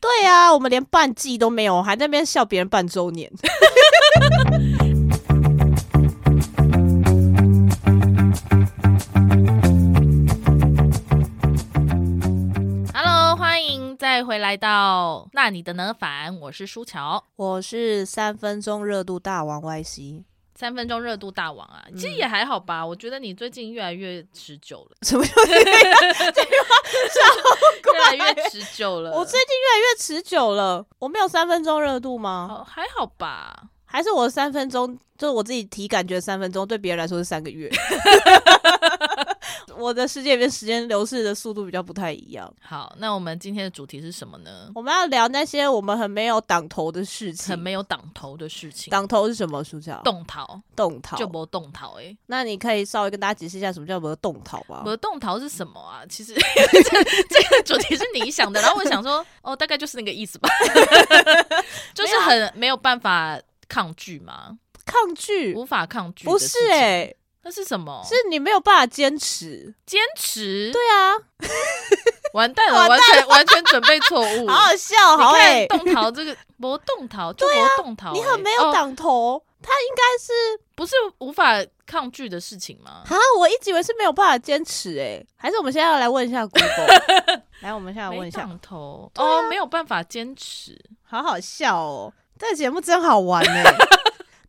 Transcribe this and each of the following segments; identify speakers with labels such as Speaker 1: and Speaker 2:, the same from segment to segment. Speaker 1: 对啊，我们连半季都没有，还在那边笑别人半周 年。
Speaker 2: Hello，欢迎再回来到那你的呢？凡，我是舒乔，
Speaker 1: 我是三分钟热度大王 YC，
Speaker 2: 三分钟热度大王
Speaker 1: 嗯
Speaker 2: 啊，其实也还好吧。我觉得你最近越来越持久了，
Speaker 1: 什么叫越
Speaker 2: 越来越持久了。
Speaker 1: 我最近越来越持久了，我没有三分钟热度吗？
Speaker 2: 哦还好吧，
Speaker 1: 还是我三分钟，就是我自己体感觉三分钟，对别人来说是三个 月。我的世界里面时间流逝的速度比较不太一样。
Speaker 2: 好，那我们今天的主题是什么呢？
Speaker 1: 我们要聊那些我们很没有党头的事
Speaker 2: 很
Speaker 1: 情。
Speaker 2: 没有党头的事情，
Speaker 1: 党头是什么？书叫
Speaker 2: 动逃
Speaker 1: 动桃。
Speaker 2: 就不动逃哎、欸，
Speaker 1: 那你可以稍微跟大家解释一下什么叫“动桃”吗？
Speaker 2: 不动逃是什么啊？其实 这这个主题是你想的，然后我想说， 哦，大概就是那个意 思吧，就是
Speaker 1: 啊
Speaker 2: 很没有办法抗拒嘛，
Speaker 1: 抗拒
Speaker 2: 无法抗拒的
Speaker 1: 不
Speaker 2: 事
Speaker 1: 是
Speaker 2: 情，
Speaker 1: 哎、
Speaker 2: 那是什么？
Speaker 1: 是你没有办法坚持。
Speaker 2: 坚持？
Speaker 1: 对啊，
Speaker 2: 完蛋了，完全完全准备错 误。
Speaker 1: 好好笑，好哎、啊
Speaker 2: 嗯你看动逃这个不动逃就不动逃欸、
Speaker 1: 你很没有
Speaker 2: 哦
Speaker 1: 党头。他应该是
Speaker 2: 不是无法抗拒的事情吗？
Speaker 1: 啊，我一直以为是没有办法坚持哎、还是我们现在要来问一下 Google，来，我啊 们现在问
Speaker 2: 没
Speaker 1: 一下，
Speaker 2: 档头、
Speaker 1: 对啊
Speaker 2: 哦，没有办法坚持。
Speaker 1: 好好笑哦，这个节目真好玩 哎、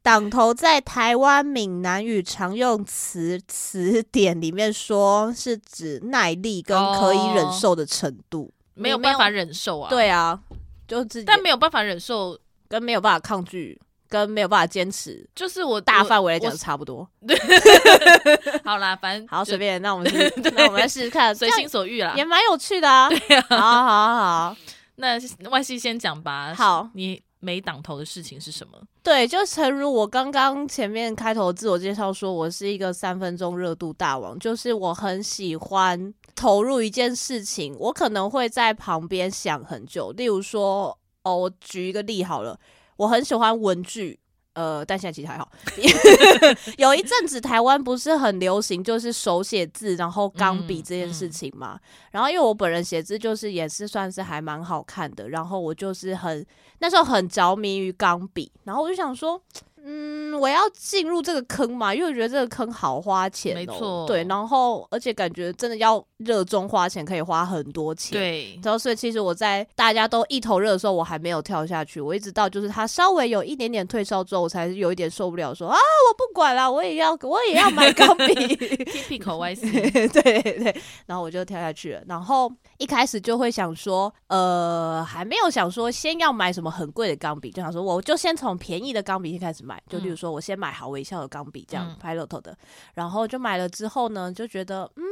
Speaker 1: 党头在台湾闽南语常用词词典里面说是指耐力跟可以忍受的程度。
Speaker 2: 没有
Speaker 1: 你没有
Speaker 2: 办法忍受啊。，
Speaker 1: 对啊，就自己
Speaker 2: 但没有办法忍受，
Speaker 1: 跟没有办法抗拒，跟没有办法坚持，
Speaker 2: 就是我
Speaker 1: 大
Speaker 2: 我
Speaker 1: 范围来
Speaker 2: 我
Speaker 1: 讲差不多。
Speaker 2: 好啦，反正
Speaker 1: 好，
Speaker 2: 就
Speaker 1: 随便，那我们试那我们来试试看，
Speaker 2: 随
Speaker 1: 这样
Speaker 2: 心所欲啦
Speaker 1: 也。蛮有趣的啊。对啊，好好好，
Speaker 2: 那外系先讲吧。
Speaker 1: 好
Speaker 2: 你没档头的事情是什么？
Speaker 1: 对，就诚如我刚刚前面开头自我介绍说，我是一个三分钟热度大王，就是我很喜欢投入一件事情，我可能会在旁边想很久。例如说，哦，我举一个例好了，我很喜欢文具。呃，但现在其实还好。 有一阵子台湾不是很流行，就是手写字，然后钢笔
Speaker 2: 嗯
Speaker 1: 这件事
Speaker 2: 嗯
Speaker 1: 情嘛。然后因为我本人写字就是也是算是还蛮好看的，然后我就是很那时候很着迷于钢笔，然后我就想说，嗯，我要进入这个坑嘛，因为我觉得这个坑好花钱、哦，
Speaker 2: 没错
Speaker 1: 对，然后而且感觉真的要热衷花钱，可以花很多钱，。
Speaker 2: 对，
Speaker 1: 然后，所以其实我在大家都一头热的时候，我还没有跳下去。我一直到就是它稍微有一点点退烧之后，我才有一点受不了，说啊，我不管了，我也要，我也要买钢笔。
Speaker 2: typical 外系。
Speaker 1: 对 对对， 然后我就跳下去了。然后一开始就会想说，呃，还没有想说先要买什么很贵的钢笔，就想说我就先从便宜的钢笔先开始买，就例如说我先买好微笑的钢笔，这样
Speaker 2: 嗯
Speaker 1: 拍 l o 的。然后就买了之后呢，就觉得嗯，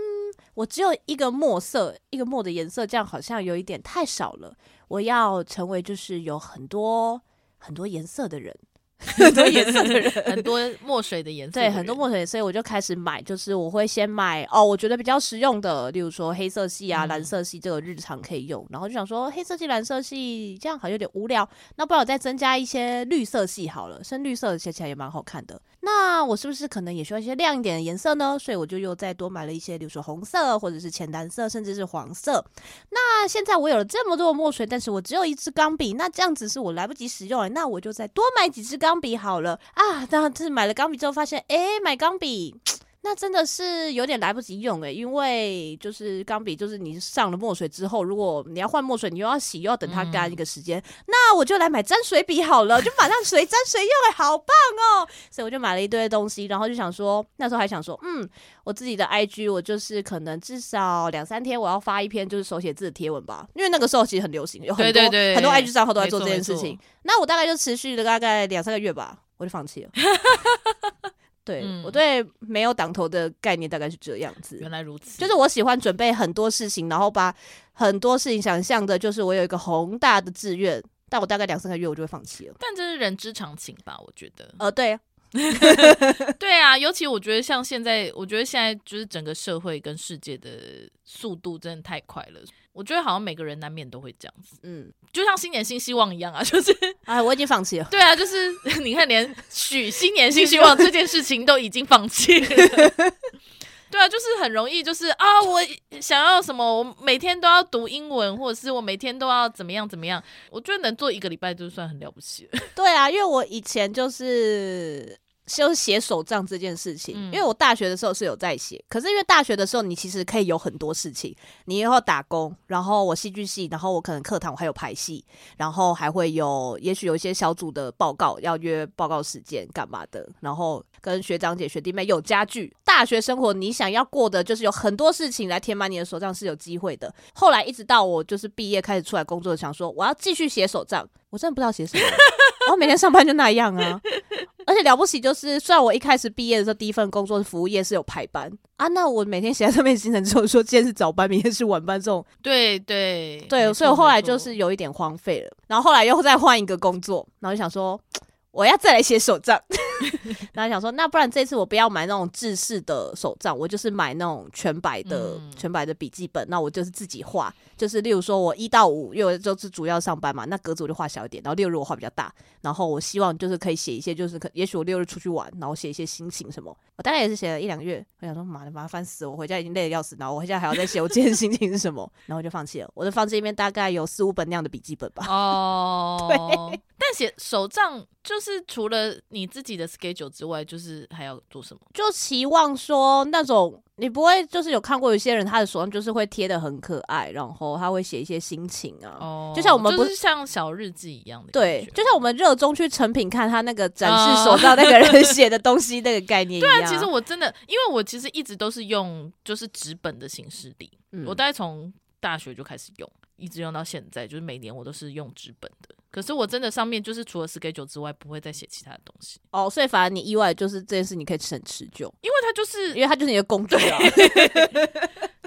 Speaker 1: 我只有一个墨色，一个墨的颜色，这样好像有一点太少了。我要成为就是有很多很多颜色的人， 很多颜色的人，
Speaker 2: 很多墨水的颜色的
Speaker 1: 对，
Speaker 2: 人，
Speaker 1: 很多墨水，所以我就开始买，就是我会先买哦，我觉得比较实用的，例如说黑色系啊、
Speaker 2: 嗯
Speaker 1: 蓝色系这个日常可以用，然后就想说黑色系、蓝色系这样好像有点无聊，那不然我再增加一些绿色系好了，深绿色写起来也蛮好看的。那我是不是可能也需要一些亮一点的颜色呢？所以我就又再多买了一些，比如说红色或者是浅蓝色，甚至是黄色。那现在我有了这么多的墨水，但是我只有一支钢笔，那这样子是我来不及使用了，那我就再多买几支钢笔好了啊！但是买了钢笔之后发现，诶，买钢笔。那真的是有点来不及用诶、因为就是钢笔，就是你上了墨水之后，如果你要换墨水，你又要洗，又要等它干一个时间，那我就来买沾水笔好了，就马上水沾水用诶、好棒哦！所以我就买了一堆东西，然后就想说，那时候还想说，嗯，我自己的 IG，我就是可能至少两三天我要发一篇就是手写字的贴文吧，因为那个时候其实很流行，有很多
Speaker 2: 对对对
Speaker 1: 很多 IG 账号都在
Speaker 2: 没
Speaker 1: 做这
Speaker 2: 错
Speaker 1: 件
Speaker 2: 没
Speaker 1: 事
Speaker 2: 错
Speaker 1: 情。那我大概就持续了大概两三个月吧，我就放弃了。 对、
Speaker 2: 嗯
Speaker 1: 我对没有党头的概念大概是这样子
Speaker 2: 原，来如此，
Speaker 1: 就是我喜欢准备很多事情，然后把很多事情想象的，就是我有一个宏大的志愿，但我大概两三个月我就会放弃了。
Speaker 2: 但这是人之常情吧？我觉得，
Speaker 1: 呃，对，
Speaker 2: 对啊，尤其我觉得像现在，我觉得现在就是整个社会跟世界的速度真的太快了。我觉得好像每个人难免都会这样子，
Speaker 1: 嗯，
Speaker 2: 就像新年新希望一样啊， 就是。
Speaker 1: 哎，我已经放弃了
Speaker 2: 对啊，就是 你看，连许新年新希望这件事情都已经放弃了。对啊，就是很容易，就是啊，我想要什么，我每天都要读英文，或者是我每天都要怎么样怎么样。我觉得能做一个礼拜就算很了不起了。
Speaker 1: 对啊，因为我以前就是就是写手账这件事情，
Speaker 2: 嗯
Speaker 1: 因为我大学的时候是有在写，可是因为大学的时候你其实可以有很多事情，你以后打工，然后我戏剧系，然后我可能课堂我还有排戏，然后还会有也许有一些小组的报告要约报告时间干嘛的，然后跟学长姐学弟妹有家具。大学生活你想要过的就是有很多事情来填满你的手账是有机会的。后来一直到我就是毕业开始出来工作，想说我要继续写手账，我真的不知道写什么。然后哦每天上班就那样啊，而且了不起就是，虽然我一开始毕业的时候第一份工作是服务业是有排班啊，那我每天写在上面的行程只有说今天是早班，明天是晚班这种
Speaker 2: 对对
Speaker 1: 对，
Speaker 2: 没
Speaker 1: 所以
Speaker 2: 错
Speaker 1: 我后
Speaker 2: 没
Speaker 1: 来
Speaker 2: 错
Speaker 1: 就是有一点荒废了，然后后来又再换一个工作，然后就想说我要再来写手账， 然后想说那不然这次我不要买那种制式的手账，我就是买那种全白的、
Speaker 2: 嗯
Speaker 1: 全白的笔记本，那我就是自己画，就是例如说我一到五，因为我就是主要上班嘛，那格子我就画小一点，然后六日我画比较大，然后我希望就是可以写一些，就是可也许我六日出去玩，然后写一些心情什么，我大概也是写了一两个月，我想说妈的麻烦死我，回家已经累得要死，然后我回家还要再写我今天心情是什么，然后我就放弃了。我的房间里面大概有四五本那样的笔记本吧。
Speaker 2: 哦，但写手账就是除了你自己的 schedule 之外，就是还要做什么？
Speaker 1: 就期望说那种你不会，就是有看过有些人他的手上就是会贴的很可爱，然后他会写一些心情啊。
Speaker 2: 哦，
Speaker 1: 就像我们不
Speaker 2: 就是像小日记一样的感
Speaker 1: 对
Speaker 2: 觉，
Speaker 1: 就像我们热衷去成品看他那个展示手上那个人 写的东西那个概念一样。啊
Speaker 2: 但哦啊其实我真的，因为我其实一直都是用就是纸本的形式力，
Speaker 1: 嗯
Speaker 2: 我大概从大学就开始用，一直用到现在，就是每年我都是用纸本的。可是我真的上面就是除了 schedule 之外，不会再写其他的东西，
Speaker 1: 哦，所以反而你意外就是这件事，你可以很持久，
Speaker 2: 因为它就是
Speaker 1: 因为它就是你的工具啊。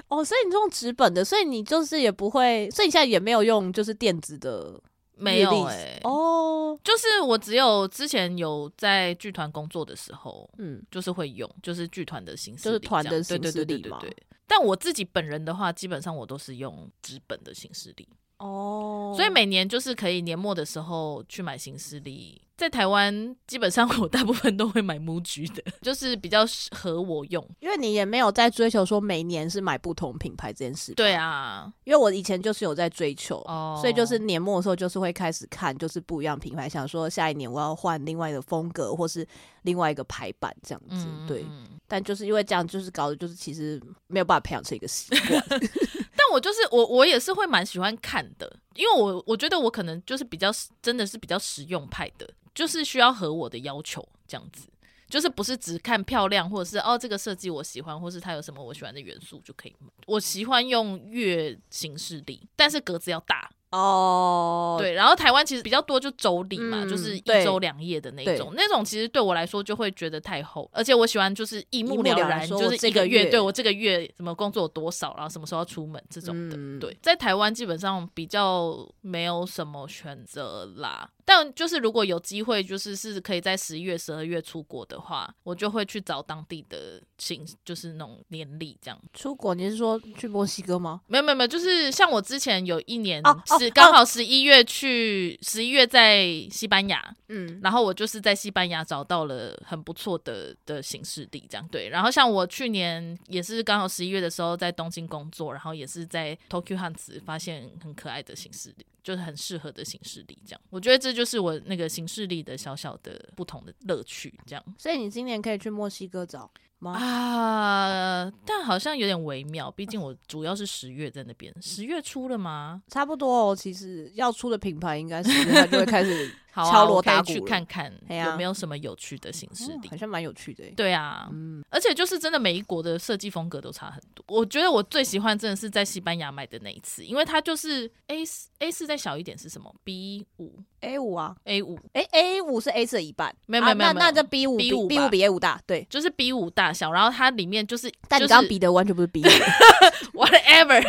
Speaker 1: 哦，所以你用纸本的，所以你就是也不会，所以你现在也没有用就是电子的
Speaker 2: 没
Speaker 1: 日历
Speaker 2: 有哎、
Speaker 1: 哦，
Speaker 2: 就是我只有之前有在剧团工作的时候，
Speaker 1: 嗯，
Speaker 2: 就是会用，就是剧团的形式，
Speaker 1: 就是团的
Speaker 2: 这样对
Speaker 1: 形式
Speaker 2: 对对
Speaker 1: 力
Speaker 2: 对
Speaker 1: 嘛
Speaker 2: 对对。但我自己本人的话，基本上我都是用纸本的形式力，
Speaker 1: 哦，
Speaker 2: 所以每年就是可以年末的时候去买形式力。在台湾，基本上我大部分都会买 MUJI 的，就是比较适合我用。
Speaker 1: 因为你也没有在追求说每年是买不同品牌这件事，
Speaker 2: 对，啊，
Speaker 1: 因为我以前就是有在追求。
Speaker 2: 哦，
Speaker 1: 所以就是年末的时候，就是会开始看，就是不一样品牌，想说下一年我要换另外一个风格，或是另外一个排版这样子。对，
Speaker 2: 嗯
Speaker 1: 但就是因为这样，就是搞的就是其实没有办法培养成一个习惯。
Speaker 2: 但我就是我，我也是会蛮喜欢看的，因为我我觉得我可能就是比较实真的是比较实用派的，就是需要合我的要求这样子，就是不是只看漂亮，或者是哦这个设计我喜欢，或是它有什么我喜欢的元素就可以买。我喜欢用月形式力，但是格子要大。
Speaker 1: 哦，
Speaker 2: 对，然后台湾其实比较多就周礼嘛，
Speaker 1: 嗯
Speaker 2: 就是一
Speaker 1: 对
Speaker 2: 周两夜的那一种，那种其实对我来说就会觉得太厚，而且我喜欢就是一
Speaker 1: 一
Speaker 2: 目
Speaker 1: 目
Speaker 2: 了
Speaker 1: 了
Speaker 2: 然，
Speaker 1: 然说
Speaker 2: 就
Speaker 1: 我
Speaker 2: 是
Speaker 1: 这
Speaker 2: 一
Speaker 1: 个
Speaker 2: 个月
Speaker 1: 月
Speaker 2: 对我这个月什么工作有多少，然后什么时候要出门这种的。
Speaker 1: 嗯
Speaker 2: 对，在台湾基本上比较没有什么选择啦。但就是如果有机会，就是是可以在十一月、十二月出国的话，我就会去找当地的行，就是那种年历这样。
Speaker 1: 出国你是说去墨西哥吗？
Speaker 2: 没有没有没有，就是像我之前有一年
Speaker 1: 哦哦
Speaker 2: 是
Speaker 1: 哦
Speaker 2: 刚好十一月去，十一月在西班牙，
Speaker 1: 嗯，
Speaker 2: 然后我就是在西班牙找到了很不错的的行事地，这样对。然后像我去年也是刚好十一月的时候在东京工作，然后也是在 Tokyo Hans 发现很可爱的行事地，就是很适合的行事地这样。我觉得这就是我那个行事地的小小的不同的乐趣，这样
Speaker 1: 所以你今年可以去墨西哥找吗？
Speaker 2: 啊。但好像有点微妙，毕竟我主要是十月在那边，十月初了吗？
Speaker 1: 差不多哦，其实要出的品牌应该是它就会开 始
Speaker 2: 好、啊，
Speaker 1: 敲锣
Speaker 2: 我可以
Speaker 1: 打鼓
Speaker 2: 去
Speaker 1: 了
Speaker 2: 看看
Speaker 1: 嘿啊
Speaker 2: 有没有什么有趣的行事
Speaker 1: 哦
Speaker 2: 地
Speaker 1: 好。像蛮有趣的欸。
Speaker 2: 对啊，
Speaker 1: 嗯
Speaker 2: 而且就是真的每一国的设计风格都差很多。我觉得我最喜欢真的是在西班牙买的那一次，因为它就是 A 四 A 四再小一点是什么 B 五
Speaker 1: ，A 五啊，
Speaker 2: A 五
Speaker 1: 哎，A 五是 A 四的一半，
Speaker 2: 没有
Speaker 1: 啊
Speaker 2: 没有没有
Speaker 1: 那
Speaker 2: 没
Speaker 1: 那
Speaker 2: 有
Speaker 1: 这 B 五
Speaker 2: B5
Speaker 1: B
Speaker 2: 吧
Speaker 1: 五比 A 五大，对。
Speaker 2: 就是 B 五大小，然后它里面就是
Speaker 1: 但
Speaker 2: 就
Speaker 1: 你
Speaker 2: 是
Speaker 1: 刚刚比的完全不是 B，五
Speaker 2: whatever，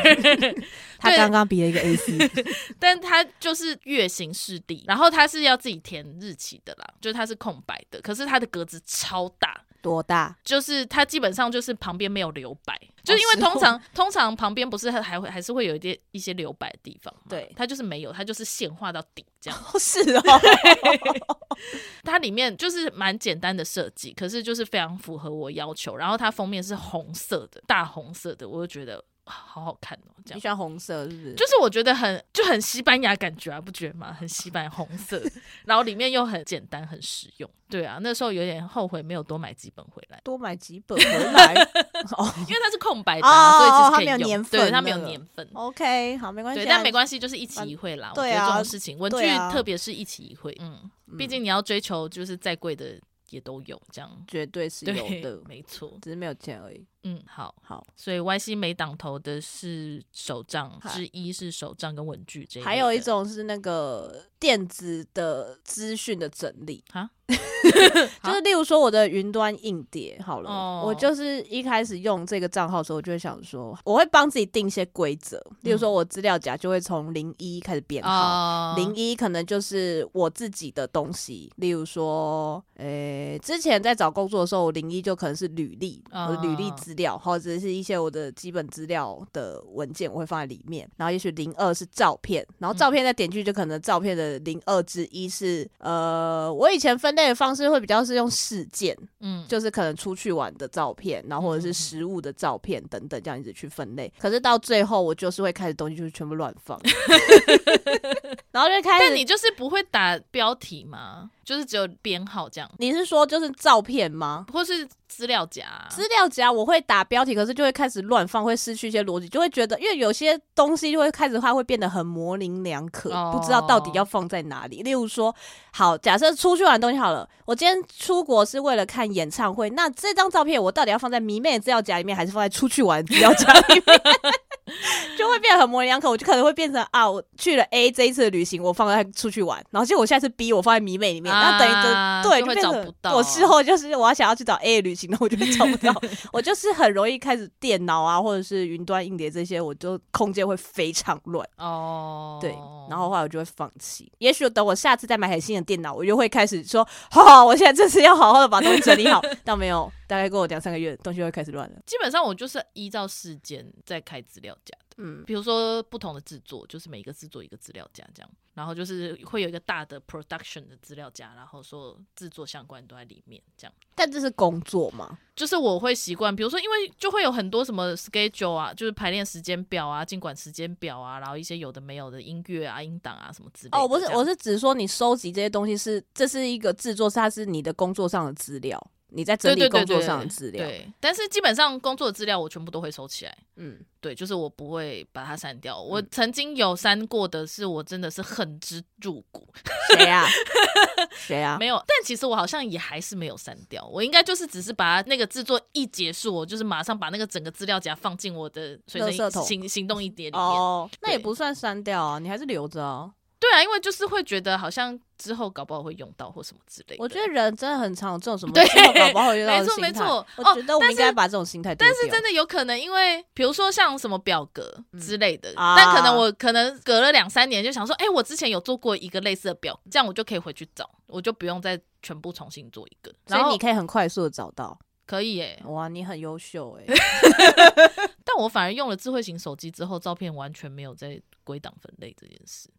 Speaker 1: 他刚刚比了一个 A 四，
Speaker 2: 但它就是月形式地，然后它是要自己填日期的啦，就是它是空白的，可是它的格子超大，
Speaker 1: 多大？
Speaker 2: 就是它基本上就是旁边没有留白，就是因为
Speaker 1: 是哦
Speaker 2: 通常、通常旁边不是还还会还是会有一些一些留白的地方嘛，
Speaker 1: 对
Speaker 2: 它就是没有，它就是线画到底这样。
Speaker 1: 哦，是 哦，
Speaker 2: 它里面就是蛮简单的设计，可是就是非常符合我要求。然后它封面是红色的，大红色的，我就觉得啊好好看哦，这
Speaker 1: 你
Speaker 2: 样。
Speaker 1: 喜欢红色是不是？
Speaker 2: 就是我觉得很就很西班牙感觉啊，不觉得吗？很西班牙红色，然后里面又很简单，很实用。对啊，那时候有点后悔没有多买几本回来，
Speaker 1: 多买几本回来。 哦
Speaker 2: 因为它是空白的、
Speaker 1: 哦
Speaker 2: 啊，所以其
Speaker 1: 哦
Speaker 2: 实
Speaker 1: 它
Speaker 2: 可以
Speaker 1: 没有
Speaker 2: 用。
Speaker 1: 年份
Speaker 2: 对，它没有
Speaker 1: 那个
Speaker 2: 年份。
Speaker 1: ，OK，好，没关系啊，
Speaker 2: 对，但没关系，就是一期一会啦。我
Speaker 1: 对
Speaker 2: 觉
Speaker 1: 啊
Speaker 2: 得这种事情，文具
Speaker 1: 对啊
Speaker 2: 特别是一期一会，嗯，毕竟你要追求就是再贵的也都有这样。
Speaker 1: 绝对是有
Speaker 2: 对
Speaker 1: 的，
Speaker 2: 没错。
Speaker 1: 只是没有钱而已。
Speaker 2: 嗯，好。
Speaker 1: 好，
Speaker 2: 所以 Y C 没挡头的是手账
Speaker 1: 嗨
Speaker 2: 之一，是手账跟文具这一类的。
Speaker 1: 还有一种是那个电子的资讯的整理
Speaker 2: 啊
Speaker 1: 就是例如说我的云端硬碟好了，
Speaker 2: 哦
Speaker 1: 我就是一开始用这个账号的时候，我就会想说，我会帮自己定一些规则，例
Speaker 2: 嗯
Speaker 1: 如说我资料夹就会从零一开始编号。
Speaker 2: 啊，
Speaker 1: 零一可能就是我自己的东西，例如说，诶、之前在找工作的时候，我零一就可能是履历，
Speaker 2: 啊
Speaker 1: 我的履历资料，或者是一些我的基本资料的文件，我会放在里面。然后也许零二是照片，然后照片再点进去，就可能照片的零二之一是，呃，我以前分类的方式会比较是用事件，
Speaker 2: 嗯，
Speaker 1: 就是可能出去玩的照片，然后或者是食物的照片等等，这样一直去分类。可是到最后，我就是会开始东西就是全部乱 放，然后就开始。
Speaker 2: 但你就是不会打标题吗？就是只有编号这样，
Speaker 1: 你是说就是照片吗？
Speaker 2: 或是资料夹？
Speaker 1: 资料夹我会打标题，可是就会开始乱放，会失去一些逻辑，就会觉得，因为有些东西就会开始它会变得很模棱两可，
Speaker 2: 哦
Speaker 1: 不知道到底要放在哪里。例如说，好，假设出去玩的东西好了，我今天出国是为了看演唱会，那这张照片我到底要放在迷妹的资料夹里面，还是放在出去玩的资料夹里面？就会变得很模棱两可，我就可能会变成啊，我去了 A 这一次的旅行，我放在出去玩，然后结果我下次 B 我放在迷妹里面，那等于就
Speaker 2: 啊
Speaker 1: 对，
Speaker 2: 就会
Speaker 1: 变
Speaker 2: 找
Speaker 1: 成
Speaker 2: 不到
Speaker 1: 我事后就是我要想要去找 A 的旅行，那我就 会找不 到。我就是很容易开始电脑啊，或者是云端硬碟这些，我就空间会非常乱。
Speaker 2: 哦，
Speaker 1: 对，然后后来我就会放弃。也许等我下次再买很新的电脑，我就会开始说， 好好，我现在这次要好好的把东西整理好。但没有，大概过我两三个月，东西会开始乱了。
Speaker 2: 基本上我就是依照事件在开资料夹的，
Speaker 1: 嗯，
Speaker 2: 比如说不同的制作，就是每一个制作一个资料夹这样，然后就是会有一个大的 production 的资料夹，然后说制作相关都在里面这样。
Speaker 1: 但这是工作嘛？
Speaker 2: 就是我会习惯，比如说，因为就会有很多什么 schedule 啊，就是排练时间表啊、尽管时间表啊，然后一些有的没有的音乐啊、音档啊什么之类的。
Speaker 1: 哦，不是
Speaker 2: 这，样
Speaker 1: 我是指说你收集这些东西是，这是一个制作，是它是你的工作上的资料，你在整理
Speaker 2: 对对对
Speaker 1: 工作
Speaker 2: 对
Speaker 1: 上的资料。
Speaker 2: 对，但是基本上工作的资料我全部都会收起来。
Speaker 1: 嗯，
Speaker 2: 对，就是我不会把它删掉。我曾经有删过的是，我真的是恨之入骨，
Speaker 1: 谁 啊？谁啊？
Speaker 2: 没有。但其实我好像也还是没有删掉，我应该就是只是把它那个制作一结束，我就是马上把那个整个资料夹放进我的随
Speaker 1: 垃圾
Speaker 2: 身
Speaker 1: 桶
Speaker 2: 行行动一碟里面。
Speaker 1: 哦，那也
Speaker 2: 对
Speaker 1: 不算删掉啊，你还是留着啊。
Speaker 2: 对啊，因为就是会觉得好像之后搞不好会用到或什么之类的。
Speaker 1: 我觉得人真的很常有这种什么
Speaker 2: 对
Speaker 1: 之后搞不好 会遇到的
Speaker 2: 没错
Speaker 1: 心态
Speaker 2: 没错
Speaker 1: 我
Speaker 2: 哦
Speaker 1: 觉得我们应该把这种心态丢
Speaker 2: 但
Speaker 1: 掉。
Speaker 2: 是真的有可能，因为比如说像什么表格之类的，
Speaker 1: 啊
Speaker 2: 但可能我可能隔了两三年就想说，哎、我之前有做过一个类似的表，这样我就可以回去找，我就不用再全部重新做一个。
Speaker 1: 所
Speaker 2: 然
Speaker 1: 以
Speaker 2: 后
Speaker 1: 你可以很快速的找到。
Speaker 2: 可以耶、
Speaker 1: 哇，你很优秀哎、
Speaker 2: 但我反而用了智慧型手机之后，照片完全没有在归档分类这件事。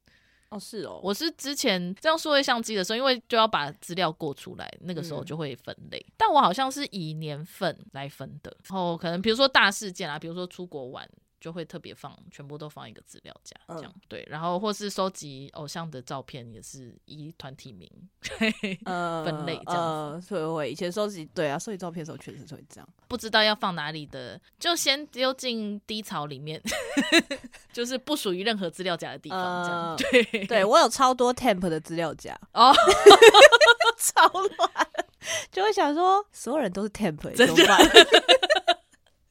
Speaker 1: 哦，是哦，
Speaker 2: 我是之前这样数位相机的时候，因为就要把资料过出来，那个时候
Speaker 1: 嗯
Speaker 2: 就会分类。但我好像是以年份来分的，然后可能比如说大事件啊，比如说出国玩。就会特别放，全部都放一个资料夹，
Speaker 1: 嗯
Speaker 2: 这样、对。然后或是收集偶像的照片，也是以团体名。
Speaker 1: 呃
Speaker 2: 分类这样子
Speaker 1: 呃，会会会，以前收集对啊，收集照片的时候确实是会这样。
Speaker 2: 不知道要放哪里的，就先丢进低槽里面， 就是不属于任何资料夹的地方。这样、
Speaker 1: 呃对我有超多 temp 的资料夹，
Speaker 2: 哦，
Speaker 1: 超乱，就会想说所有人都是 temp，、欸、
Speaker 2: 真的
Speaker 1: 怎么办？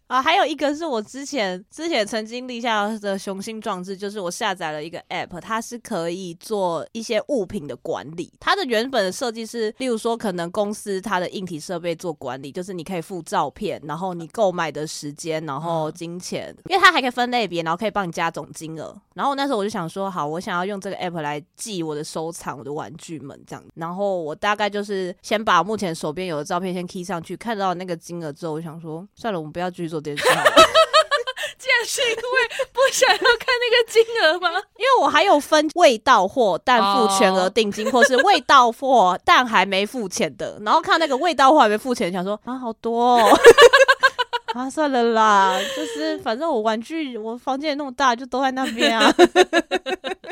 Speaker 1: 啊，还有一个是我之前之前曾经立下的雄心壮志，就是我下载了一个 app，它是可以做一些物品的管理。它的原本的设计是，例如说可能公司它的硬体设备做管理，就是你可以附照片，然后你购买的时间，然后金钱，因为它还可以分类别，然后可以帮你加总金额。然后那时候我就想说，好，我想要用这个 app 来记我的收藏、我的玩具们这样。然后我大概就是先把目前手边有的照片先 key 上去，看到那个金额之后，我想说，算了，我们不要继续做这件事好了。
Speaker 2: 竟然是因为不想要看那个金额吗？
Speaker 1: 因为我还有分未到货但付全额定金，或是未到货但还没付钱的。然后看那个未到货还没付钱，想说啊，好多、哦。啊，算了啦，就是反正我玩具，我房间也那么大，就都在那边啊。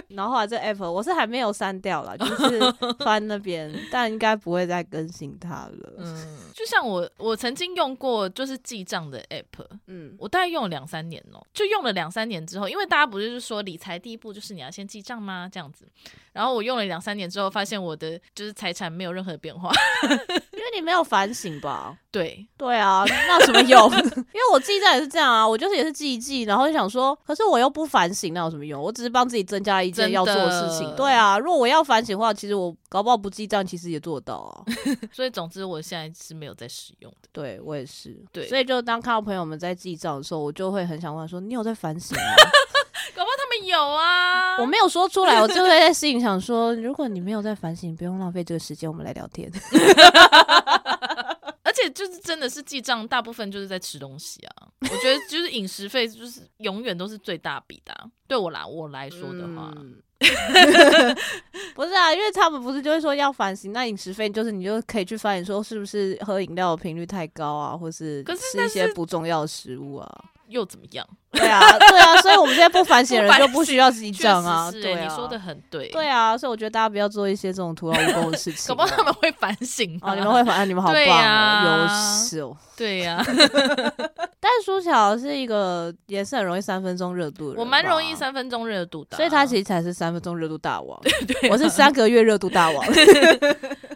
Speaker 1: 然后后来这 app 我是还没有删掉啦，就是翻那边，但应该不会再更新它了。
Speaker 2: 嗯，就像我，我曾经用过就是记账的 app，
Speaker 1: 嗯，
Speaker 2: 我大概用了两三年哦、就用了两三年之后，因为大家不是就是说理财第一步就是你要先记账吗？这样子，然后我用了两三年之后，发现我的就是财产没有任何变化。
Speaker 1: 因为你没有反省吧？
Speaker 2: 对，
Speaker 1: 对啊，那有什么 用？因为我记账也是这样啊，我就是也是记一记，然后就想说，可是我又不反省，那有什么用？我只是帮自己增加一件
Speaker 2: 真的
Speaker 1: 要做的事情。对啊，如果我要反省的话，其实我搞不好不记账，其实也做得到 啊。
Speaker 2: 所以总之我现在是没有在使用的。
Speaker 1: 对我也是，
Speaker 2: 对
Speaker 1: 所以就当看到朋友们在记账的时候，我就会很想问他说：“你有在反省吗？”
Speaker 2: 搞不好他们有啊，
Speaker 1: 嗯我没有说出来，我就会在心里想说：“如果你没有在反省，不用浪费这个时间，我们来聊天。
Speaker 2: 而且就是真的是记账，大部分就是在吃东西啊。我觉得就是饮食费就是永远都是最大笔的啊、对我啦，我来”说的话，
Speaker 1: 嗯不是啊，因为他们不是就会说要反省，那饮食费就是你就可以去反省说是不是喝饮料的频率太高啊，或是
Speaker 2: 可是
Speaker 1: 吃
Speaker 2: 那
Speaker 1: 一些
Speaker 2: 是
Speaker 1: 不重要的食物 啊。
Speaker 2: 又怎么样？
Speaker 1: 对啊，对啊，所以我们现在不反省的人
Speaker 2: 不
Speaker 1: 就
Speaker 2: 反
Speaker 1: 不需要自己
Speaker 2: 确
Speaker 1: 讲啊，
Speaker 2: 实是、欸哎
Speaker 1: 对啊，
Speaker 2: 你说的很对。
Speaker 1: 对啊，所以我觉得大家不要做一些这种徒劳无功的事情
Speaker 2: 搞
Speaker 1: 啊。
Speaker 2: 不好 他们会反省
Speaker 1: 啊，你们会反正你们好棒
Speaker 2: 对
Speaker 1: 哦，
Speaker 2: 啊
Speaker 1: 优秀。
Speaker 2: 对呀、
Speaker 1: 但苏乔是一个也是很容易三分钟热度的人吧，
Speaker 2: 我蛮容易三分钟热度的啊、
Speaker 1: 所以他其实才是三分钟热度大王，
Speaker 2: 对啊
Speaker 1: 我是三个月热度大王。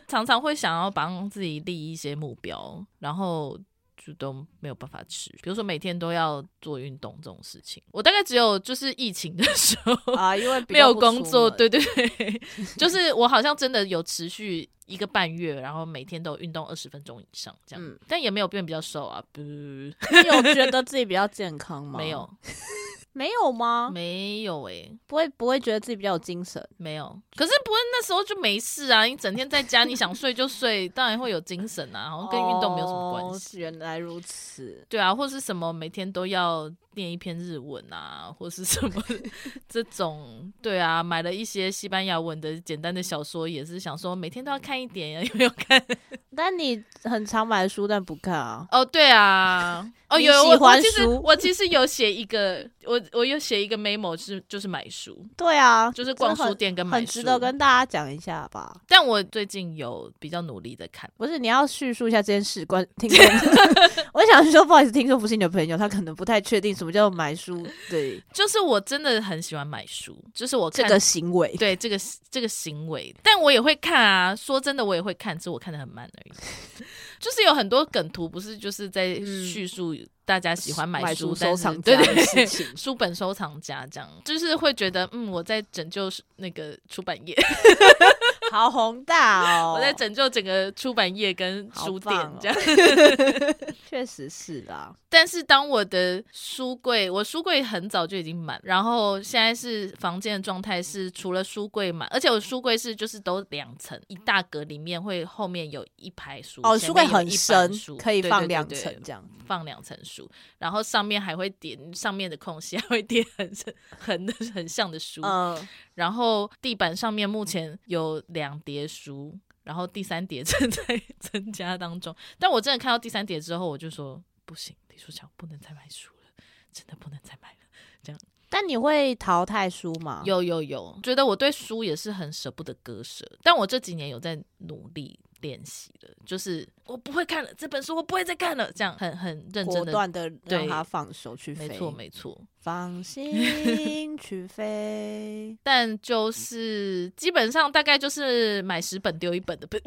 Speaker 2: 常常会想要帮自己立一些目标，然后就都没有办法吃。比如说每天都要做运动这种事情，我大概只有就是疫情的时 候、
Speaker 1: 啊，因为比
Speaker 2: 没
Speaker 1: 较
Speaker 2: 有
Speaker 1: 不
Speaker 2: 工
Speaker 1: 出
Speaker 2: 作，
Speaker 1: 门，
Speaker 2: 对 对对，就是我好像真的有持续一个半月，然后每天都有运动二十分钟以上这样，
Speaker 1: 嗯
Speaker 2: 但也没有变比较瘦啊，不，
Speaker 1: 你有觉得自己比较健康吗？
Speaker 2: 没，有，
Speaker 1: 没有吗？
Speaker 2: 没有欸诶、
Speaker 1: 不会不会觉得自己比较有精神？
Speaker 2: 没有，可是不是那时候就没事啊？你整天在家，你想睡就睡， 当然会有精神啊，好像跟运动没有什么关系。
Speaker 1: 哦原来如此。
Speaker 2: 对啊，或是什么每天都要念一篇日文啊，或是什 么这种，对啊，买了一些西班牙文的简单的小说，也是想说每天都要看一点， 有没有看？
Speaker 1: 但你很常买书，但不看啊。
Speaker 2: 哦，对啊，哦，
Speaker 1: 你
Speaker 2: 有
Speaker 1: 喜
Speaker 2: 我我
Speaker 1: 欢
Speaker 2: 其实
Speaker 1: 书
Speaker 2: 我其实有写一个，我我有写一个 memo 是就是买书，
Speaker 1: 对啊，
Speaker 2: 就是逛
Speaker 1: 这很
Speaker 2: 书店跟买
Speaker 1: 很
Speaker 2: 书，
Speaker 1: 值得跟大家讲一下吧。
Speaker 2: 但我最近有比较努力的看。
Speaker 1: 不是，你要叙述一下这件事，观听众。 我想说，不好意思，听众不是你的朋友，他可能不太确定什么叫买书 对
Speaker 2: 就是我真的很喜欢买书，就是我
Speaker 1: 这
Speaker 2: 看
Speaker 1: 个行为。
Speaker 2: 对这个这个行为，但我也会看啊。说真的，我也会看，只是我看的很慢而已。 就是有很多梗图，不是就是在
Speaker 1: 嗯
Speaker 2: 叙述大家喜欢
Speaker 1: 买
Speaker 2: 书、但
Speaker 1: 收
Speaker 2: 是
Speaker 1: 藏
Speaker 2: 对
Speaker 1: 家的
Speaker 2: 对 对
Speaker 1: 事情，
Speaker 2: 书本收藏家这样，就是会觉得嗯，我在拯救那个出版业，
Speaker 1: 好宏大哦！
Speaker 2: 我在拯救整个出版业跟
Speaker 1: 好
Speaker 2: 书店
Speaker 1: 棒哦
Speaker 2: 这样。
Speaker 1: 确实是啦，
Speaker 2: 但是当我的书柜，我书柜很早就已经满，然后现在是房间的状态是除了书柜满，而且我书柜是就是都两层，一大格里面会后面有一排书，
Speaker 1: 哦，
Speaker 2: 前
Speaker 1: 书柜
Speaker 2: 面有
Speaker 1: 很
Speaker 2: 一
Speaker 1: 深
Speaker 2: 半书，
Speaker 1: 可以
Speaker 2: 对
Speaker 1: 放
Speaker 2: 对对
Speaker 1: 两
Speaker 2: 对
Speaker 1: 层这样。
Speaker 2: 放两层书，然后上面还会点上面的空隙还会点 很很 很像的书，
Speaker 1: 嗯，
Speaker 2: 然后地板上面目前有两叠书，然后第三叠 正在增加当中。但我真的看到第三叠之后，我就说不行，李书乔不能再买书了，真的不能再买了。
Speaker 1: 但你会淘汰书吗？，
Speaker 2: 有有有，觉得我对书也是很舍不得割舍，但我这几年有在努力练习了，就是我不会看了这本书，我不会再看了，这样很很认
Speaker 1: 果
Speaker 2: 真的，
Speaker 1: 断的
Speaker 2: 对
Speaker 1: 让它放手去飞，
Speaker 2: 没错没错。
Speaker 1: 放心去飞。
Speaker 2: 但就是基本上大概就是买十本丢一本的 本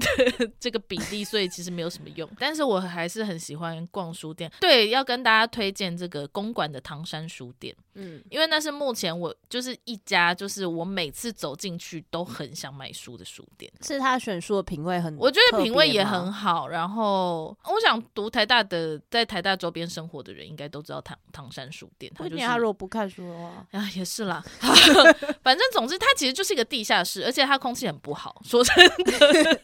Speaker 2: 这个比例，所以其实没有什么用。但是我还是很喜欢逛书店，对，要跟大家推荐这个公馆的唐山书店，
Speaker 1: 嗯，
Speaker 2: 因为那是目前我就是一家，就是我每次走进去都很想买书的书店。
Speaker 1: 是他选书的品味很，
Speaker 2: 我觉得品味也很。好，然后我想读台大的，在台大周边生活的人应该都知道唐唐山书店，它
Speaker 1: 不
Speaker 2: 就是
Speaker 1: 仅他如果不看书的 话，
Speaker 2: 啊，也是啦， 反正总之它其实就是一个地下室，而且它空气很不好，说真的，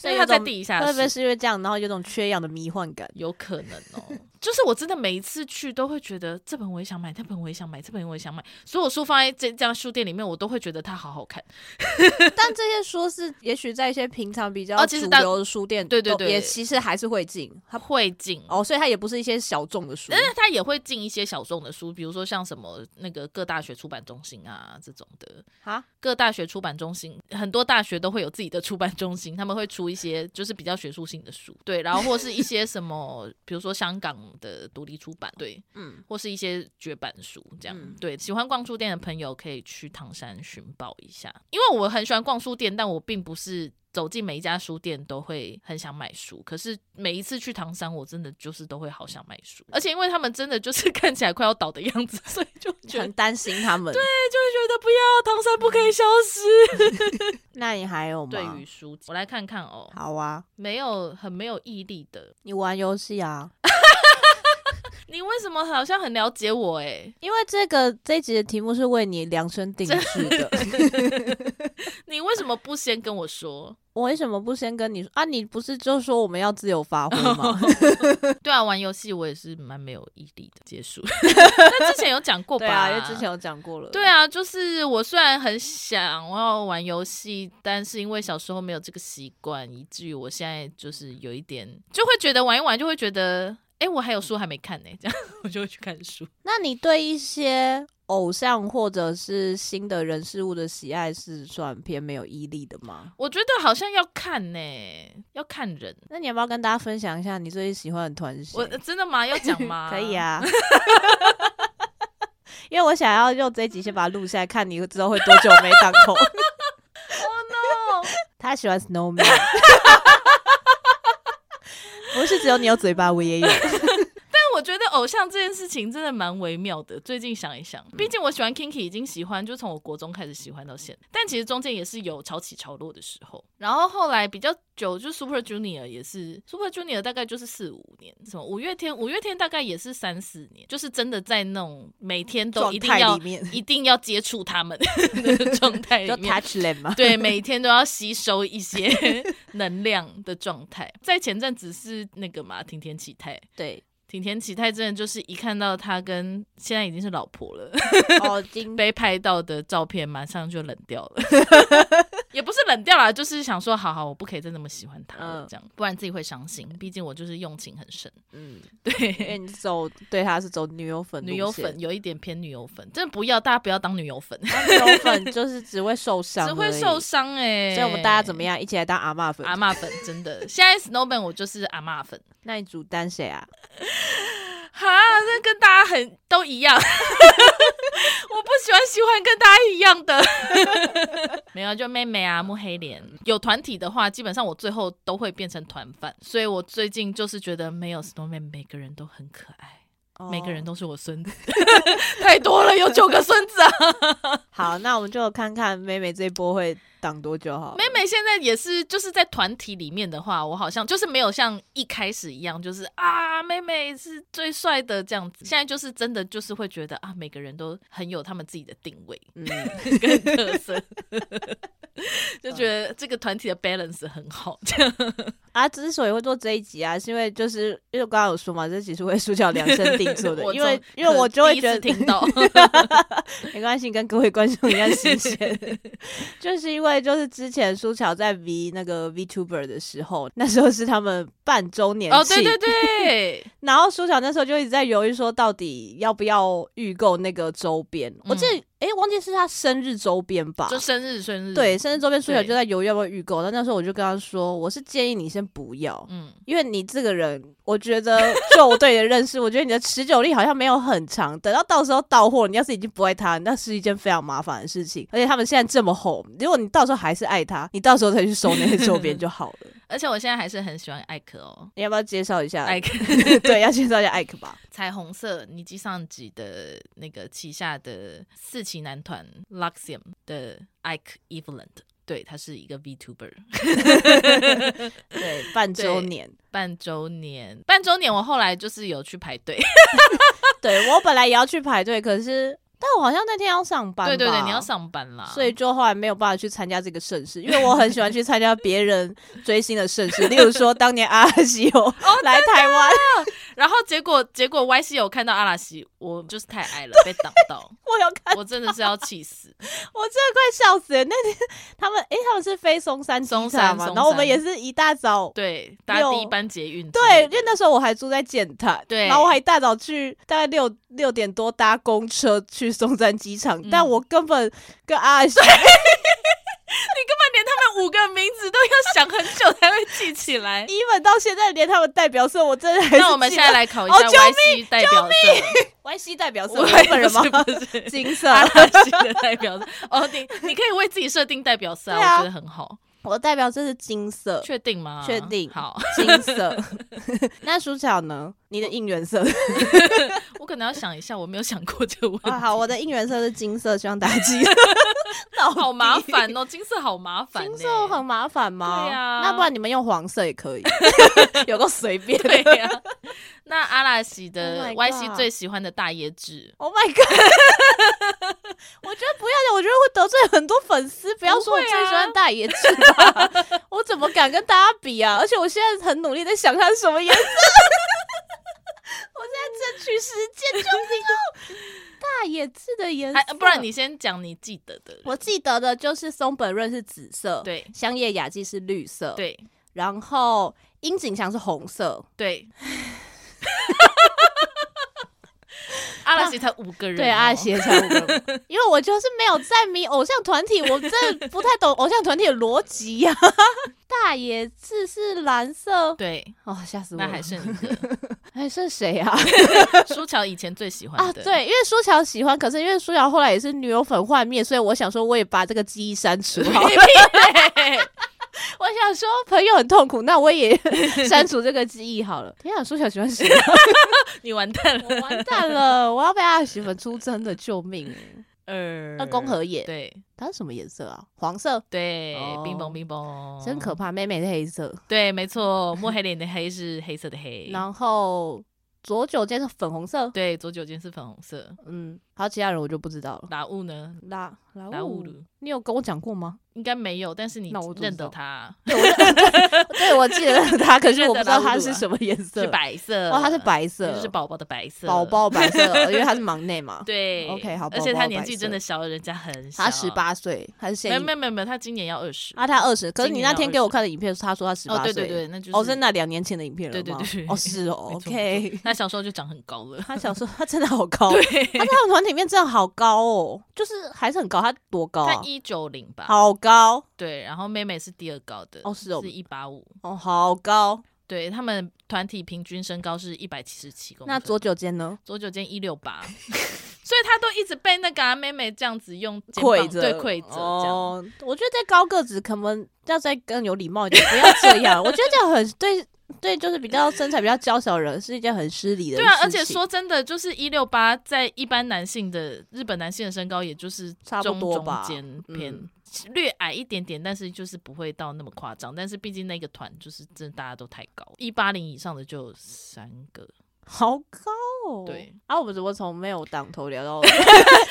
Speaker 2: 所以它在地下
Speaker 1: 会不会
Speaker 2: 室，
Speaker 1: 是因为这样，然后有种缺氧的迷幻 感？
Speaker 2: 有可能哦。 就是我真的每一次去都会觉得这本我也想买，那本我也想买，这本我也想买，所有书放在这这样书店里面，我都会觉得它好好看。
Speaker 1: 但这些书是，也许在一些平常比较
Speaker 2: 哦其实
Speaker 1: 主
Speaker 2: 大
Speaker 1: 流的书店都，
Speaker 2: 对对对嗯
Speaker 1: 也其实还是会进。
Speaker 2: 它会进
Speaker 1: 哦，所以它也不是一些小众的书
Speaker 2: 但。是他也会进一些小众的书，比如说像什么那个各大学出版中心啊这种的，
Speaker 1: 啊，
Speaker 2: 各大学出版中心，很多大学都会有自己的出版中心，他们会出一些就是比较学术性的书，对，然后或是一些什么，比如说香港的独立出版，对，
Speaker 1: 嗯，
Speaker 2: 或是一些绝版书这样。
Speaker 1: 嗯
Speaker 2: 对，喜欢逛书店的朋友可以去唐山寻宝一下，因为我很喜欢逛书店，但我并不是。走进每一家书店都会很想买书，可是每一次去唐山，我真的就是都会好想买书，而且因为他们真的就是 看起来快要倒的样子，所以就觉得哎
Speaker 1: 很担心他 们。对，
Speaker 2: 就会觉得不要唐山不可以消失。
Speaker 1: 那你还有吗？
Speaker 2: 对于书，我来看看哦，
Speaker 1: 好啊，
Speaker 2: 没有很没有毅力的，
Speaker 1: 你玩游戏啊，
Speaker 2: 你为什么好像很了解我哎、
Speaker 1: 因为这个这一集的题目是为你量身定制的。
Speaker 2: 你为什么不先跟我说？
Speaker 1: 我为什么不先跟你说啊？你不是就说我们要自由发挥吗？
Speaker 2: 对啊，玩游戏我也是蛮没有毅力的。结束。 那之前有讲过 吧？
Speaker 1: 对啊，因为之前。有讲过了。
Speaker 2: 对啊，就是我虽然很想要玩游戏，但是因为小时候没有这个习惯，以至于我现在就是有一点，就会觉得玩一玩就会觉得，哎、我还有书还没看呢、这样 我就会去看书。
Speaker 1: 那你对一些偶像或者是新的人事物的喜爱是算偏没有毅力的吗？
Speaker 2: 我觉得好像要看呢、要看人。
Speaker 1: 那你要不要跟大家分享一下你最近喜欢的团是谁？
Speaker 2: 我呃真 的吗？要讲吗？
Speaker 1: 可以。 啊。因为我想要用这一集先把它录下来，看你之后会多久没档口。
Speaker 2: Oh no！
Speaker 1: 他喜欢 Snowman，不是只有你有嘴巴，我 也有。
Speaker 2: 但我觉得偶像这件事情真的蛮微妙的。最近想一想，
Speaker 1: 嗯
Speaker 2: 毕竟我喜欢 Kinky 已经喜欢，就从我国中开始喜欢到现在，但其实中间也是有潮起潮落的时候。然后后来比较久，就 Super Junior 也是 Super Junior 大概就是四五年，什么五月天，五月天大概也是三四年，就是真的在那种每天都
Speaker 1: 状
Speaker 2: 一定
Speaker 1: 态
Speaker 2: 要
Speaker 1: 里面
Speaker 2: 一定要接触他们的状 态
Speaker 1: 就
Speaker 2: 里面。
Speaker 1: touch them 嘛。
Speaker 2: 对，每天都要吸收一些 能量的状态。在前阵子是那个嘛，挺田启泰，
Speaker 1: 对，
Speaker 2: 挺田启泰真的就是一看到他跟现在已经是老婆了
Speaker 1: 哦，今
Speaker 2: 被拍到的照片，马上就冷掉了， 也不是冷掉啦，就是想说，好好，我不可以再那么喜欢他了，
Speaker 1: 嗯
Speaker 2: 这样，不然自己会伤心。毕竟我就是用情 很深，
Speaker 1: 嗯，因为
Speaker 2: 对。
Speaker 1: 你走对他是走女友粉，
Speaker 2: 女友粉，有一点偏女友粉，真的不要，大家不要当女友粉，
Speaker 1: 他女友粉就是只会受伤，
Speaker 2: 只会受。伤哎、
Speaker 1: 所以我们大家怎么
Speaker 2: 样？
Speaker 1: 样一起来当阿嬷粉？
Speaker 2: 阿嬷粉真的，现在 Snowman 我就是阿嬷粉，
Speaker 1: 那你主单谁啊？
Speaker 2: 哈，这跟大家很都一 样。我不喜欢喜欢跟大家一样的， 没有就妹妹啊，慕黑莲。有团体的话，基本上我最后都会变成团饭，所以我最近就是觉得没有 Snowman，每个人都很可爱， 每个人
Speaker 1: 都
Speaker 2: 都是我孙子，哦 太多了，有九个孙子啊。
Speaker 1: 哦好，那我们就看看妹妹这一波会挡多久好了。
Speaker 2: 妹妹现在也是，就是在团体里面的话，我好像就是没有像一开始一样，就是啊，妹妹是最帅的这样子。现在就是真的就是会觉得啊，每个人都很有他们自己的定位
Speaker 1: 嗯，
Speaker 2: 跟特色，就觉得这个团体的 balance 很好。这样
Speaker 1: 啊，之所以会做这一集啊，是因为就是因为我刚刚有说嘛，这集是为书角量身定做 的，
Speaker 2: 我
Speaker 1: 因为
Speaker 2: 从
Speaker 1: 因为我就会
Speaker 2: 第一
Speaker 1: 觉
Speaker 2: 次
Speaker 1: 得
Speaker 2: 听到，哦
Speaker 1: 没关系，跟各位观众一样新鲜。 就是因为就是之前苏乔在 V 那个 VTuber 的时候，那时候是他们半周年
Speaker 2: 哦，
Speaker 1: 庆，
Speaker 2: 对对 对，
Speaker 1: 然后苏乔那时候就一直在犹豫说，到底要不要预购那个周边。我记得哎、忘记是他生日周边吧？
Speaker 2: 嗯就生日生日，
Speaker 1: 对，，生日周边书友
Speaker 2: 对
Speaker 1: 就在犹豫要不要预购，但那时候我就跟他说，我是建议你先不要，
Speaker 2: 嗯，
Speaker 1: 因为你这个人，我觉得就我对你的认识，我觉得你的持久力好像没有很长。等到到时候到货，你要是已经不爱他，那是一件非常麻烦的事情。而且他们现在这么红，如果你到时候还是爱他，你到时候再去收那些周边就好了。
Speaker 2: 而且我现在还是很喜欢艾可哦，
Speaker 1: 你要不要介绍一下？
Speaker 2: 艾可
Speaker 1: 对，要介绍一下艾克吧。
Speaker 2: 彩虹色尼基上级的那个旗下的四旗男团 Luxium 的 Ike Eveland，对他是一个 VTuber，
Speaker 1: 对，半周年。
Speaker 2: 半周年，半周年我后来就是有去排队，
Speaker 1: 对我本来也要去排队，可是但我好像那天要上班吧。
Speaker 2: 对对对，你要上啊班啦，
Speaker 1: 所以就后来没有办法去参加这个盛事，因为我很喜欢去参加别人追星的盛事，例如说当年阿西
Speaker 2: 哦
Speaker 1: 有来台湾，
Speaker 2: 然后结果结果 Y C 有看到阿拉西，我就是太矮了被挡到，
Speaker 1: 我有看，
Speaker 2: 我真的是要气死。
Speaker 1: 我真的快笑死了。那天他们，诶、他们是飞松山机场
Speaker 2: 松山
Speaker 1: 嘛，
Speaker 2: 松
Speaker 1: 然后我们
Speaker 2: 山
Speaker 1: 也是一大早。
Speaker 2: 对，搭
Speaker 1: 六
Speaker 2: 第一班捷运之
Speaker 1: 对，
Speaker 2: 类的，
Speaker 1: 因为那时候我还住在建潭，
Speaker 2: 对
Speaker 1: 然后我还一大早去，大概六六点多搭公车去松山机场，
Speaker 2: 嗯
Speaker 1: 但我根 本跟阿西
Speaker 2: 你根本连他们五个名字都要想很久才会记起来。
Speaker 1: 一本到现在连他们代表色我真的还是
Speaker 2: 那我们
Speaker 1: 记
Speaker 2: 现在
Speaker 1: 得
Speaker 2: 来考一
Speaker 1: 哦
Speaker 2: 下
Speaker 1: 救
Speaker 2: Y C 代表色，
Speaker 1: Y C 代表色，
Speaker 2: 我
Speaker 1: 日本人 吗？
Speaker 2: 不啊是不 是
Speaker 1: 金色，
Speaker 2: 阿拉西的代表色。哦，你你可以为自己设定代表色
Speaker 1: 对
Speaker 2: 啊，
Speaker 1: 啊
Speaker 2: 我觉得很好。
Speaker 1: 我的代表色是金色，
Speaker 2: 确定吗？
Speaker 1: 确定
Speaker 2: 好，
Speaker 1: 金 色。 那舒巧呢？你的应援色
Speaker 2: 我可能要想一下，我没有想过这个问题
Speaker 1: 啊，，好，我的应援色是金色，希望大家记 得。到底
Speaker 2: 好麻 烦哦，金色好麻烦欸呢，
Speaker 1: 金色很麻烦吗？
Speaker 2: 对啊
Speaker 1: 那不然你们用黄色也 可以， 有个随便。
Speaker 2: 对啊呀、那阿拉西
Speaker 1: Oh
Speaker 2: 的
Speaker 1: my
Speaker 2: Y C
Speaker 1: god
Speaker 2: 最喜欢的大椰子，
Speaker 1: Oh my god！我 觉得不要讲，我觉得会得罪很多粉丝。不要说我最喜
Speaker 2: 啊
Speaker 1: 欢大野智吧， 我怎么敢跟大家比啊？而且我现在很努力在想它是什么颜色， 我在争取时间，救命哦！ 大野智的颜
Speaker 2: 哎、
Speaker 1: 色，
Speaker 2: 不然你先讲你记得的。
Speaker 1: 我记得的就是松本润是紫色，，
Speaker 2: 对
Speaker 1: 香叶雅纪是绿色，，
Speaker 2: 对
Speaker 1: 然后樱井翔是红色，
Speaker 2: 对，阿拉西才五个人、哦
Speaker 1: 对，阿
Speaker 2: 西，
Speaker 1: 邪才五个 人，因为我就是没有在迷偶像团体，我真的不太懂偶像团体的逻辑呀、 大野智是蓝色，
Speaker 2: 对，
Speaker 1: 哦，吓死我
Speaker 2: 那
Speaker 1: 了！
Speaker 2: 还剩一 个
Speaker 1: 还剩谁啊？
Speaker 2: 舒乔以前最喜 欢
Speaker 1: 啊，
Speaker 2: 的，
Speaker 1: 对，因为舒乔喜欢，可是因为舒乔后来也是女友粉幻灭，所以我想说我也把这个记忆删除 好了。
Speaker 2: 对，
Speaker 1: 我想说朋友很痛苦，那我也 删除这个记忆好了。天啊，舒乔喜欢谁啊？
Speaker 2: 你完蛋了，
Speaker 1: 我 完蛋了，我要被阿喜粉出征的，救命！
Speaker 2: 二
Speaker 1: 那宫和也，
Speaker 2: 呃对
Speaker 1: 它是什么颜色啊？黄色，
Speaker 2: 对
Speaker 1: 哦，
Speaker 2: 冰崩冰崩，
Speaker 1: 真可怕。妹妹是黑色，
Speaker 2: 对，没错，墨黑脸的黑是黑色的黑，
Speaker 1: 然后左九间是粉红色，
Speaker 2: 对，左九间是粉红色，
Speaker 1: 嗯，还有其他人我就不知道了。
Speaker 2: 达悟呢
Speaker 1: 拉拉
Speaker 2: 拉乌
Speaker 1: 乌
Speaker 2: 鲁，
Speaker 1: 你有跟我讲过吗？
Speaker 2: 应该没有，但是你
Speaker 1: 那我怎么
Speaker 2: 认
Speaker 1: 知道
Speaker 2: 得他
Speaker 1: 对，我就对我记 得它，可是我不知道它是什么颜色。
Speaker 2: 是白色，
Speaker 1: 哦，它是白色，
Speaker 2: 就是宝宝的白色，
Speaker 1: 宝宝白 色，因为它是忙内嘛。
Speaker 2: 对
Speaker 1: OK，好
Speaker 2: 而
Speaker 1: 宝
Speaker 2: 且
Speaker 1: 宝
Speaker 2: 他
Speaker 1: 的
Speaker 2: 年
Speaker 1: 白
Speaker 2: 纪
Speaker 1: 色
Speaker 2: 真的小，人家很小，啊
Speaker 1: 他十，八岁，还是现
Speaker 2: 没有没有没有没有，他今年要二十
Speaker 1: 啊，他二十。可是
Speaker 2: 今
Speaker 1: 你
Speaker 2: 年
Speaker 1: 那
Speaker 2: 要
Speaker 1: 天给我看的影片，他说他十八
Speaker 2: 哦，
Speaker 1: 岁。
Speaker 2: 对对对，那就是
Speaker 1: 哦，是那两年前的影片了吗？
Speaker 2: 对对对
Speaker 1: 哦，是哦
Speaker 2: 没错没
Speaker 1: ，OK
Speaker 2: 错。他小时候就长很高了，
Speaker 1: 他小时候他真的好高，他在他们团体里面真的好高哦，就是还是很高，他多高
Speaker 2: 他
Speaker 1: 啊？
Speaker 2: 一九零吧，
Speaker 1: 好高
Speaker 2: 对，然后妹妹是第二高的，
Speaker 1: 哦是哦
Speaker 2: 是一八五，
Speaker 1: 哦，好高。
Speaker 2: 对他们团体平均身高是一百七十七公分，
Speaker 1: 那左九间呢？
Speaker 2: 左九间一六八。 所以他都一直被那个、啊、妹妹这样子用肩膀
Speaker 1: 跪着，
Speaker 2: 对跪着这样，
Speaker 1: 哦，我觉得在高个子可能要再更有礼貌一点，不要这样。我觉得这样很对，对，就是比较身材比较娇小的人是一件很失礼的事
Speaker 2: 对
Speaker 1: 情。
Speaker 2: 啊，而且说真的，就是一六八在一般男性的日本男性的身高，也就是
Speaker 1: 差不
Speaker 2: 中
Speaker 1: 多吧
Speaker 2: 中间偏、
Speaker 1: 嗯
Speaker 2: 略矮一点点，但是就是不会到那么夸张。但是毕竟那个团就是真的大家都太高，一八零以上的就有三个，
Speaker 1: 好高哦。
Speaker 2: 对，
Speaker 1: 啊，我们怎么从没有挡头聊 到